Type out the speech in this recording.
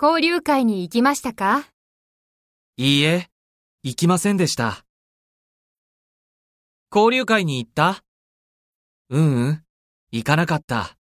交流会に行きましたかいいえ、行きませんでした。交流会に行ったうんうん、行かなかった。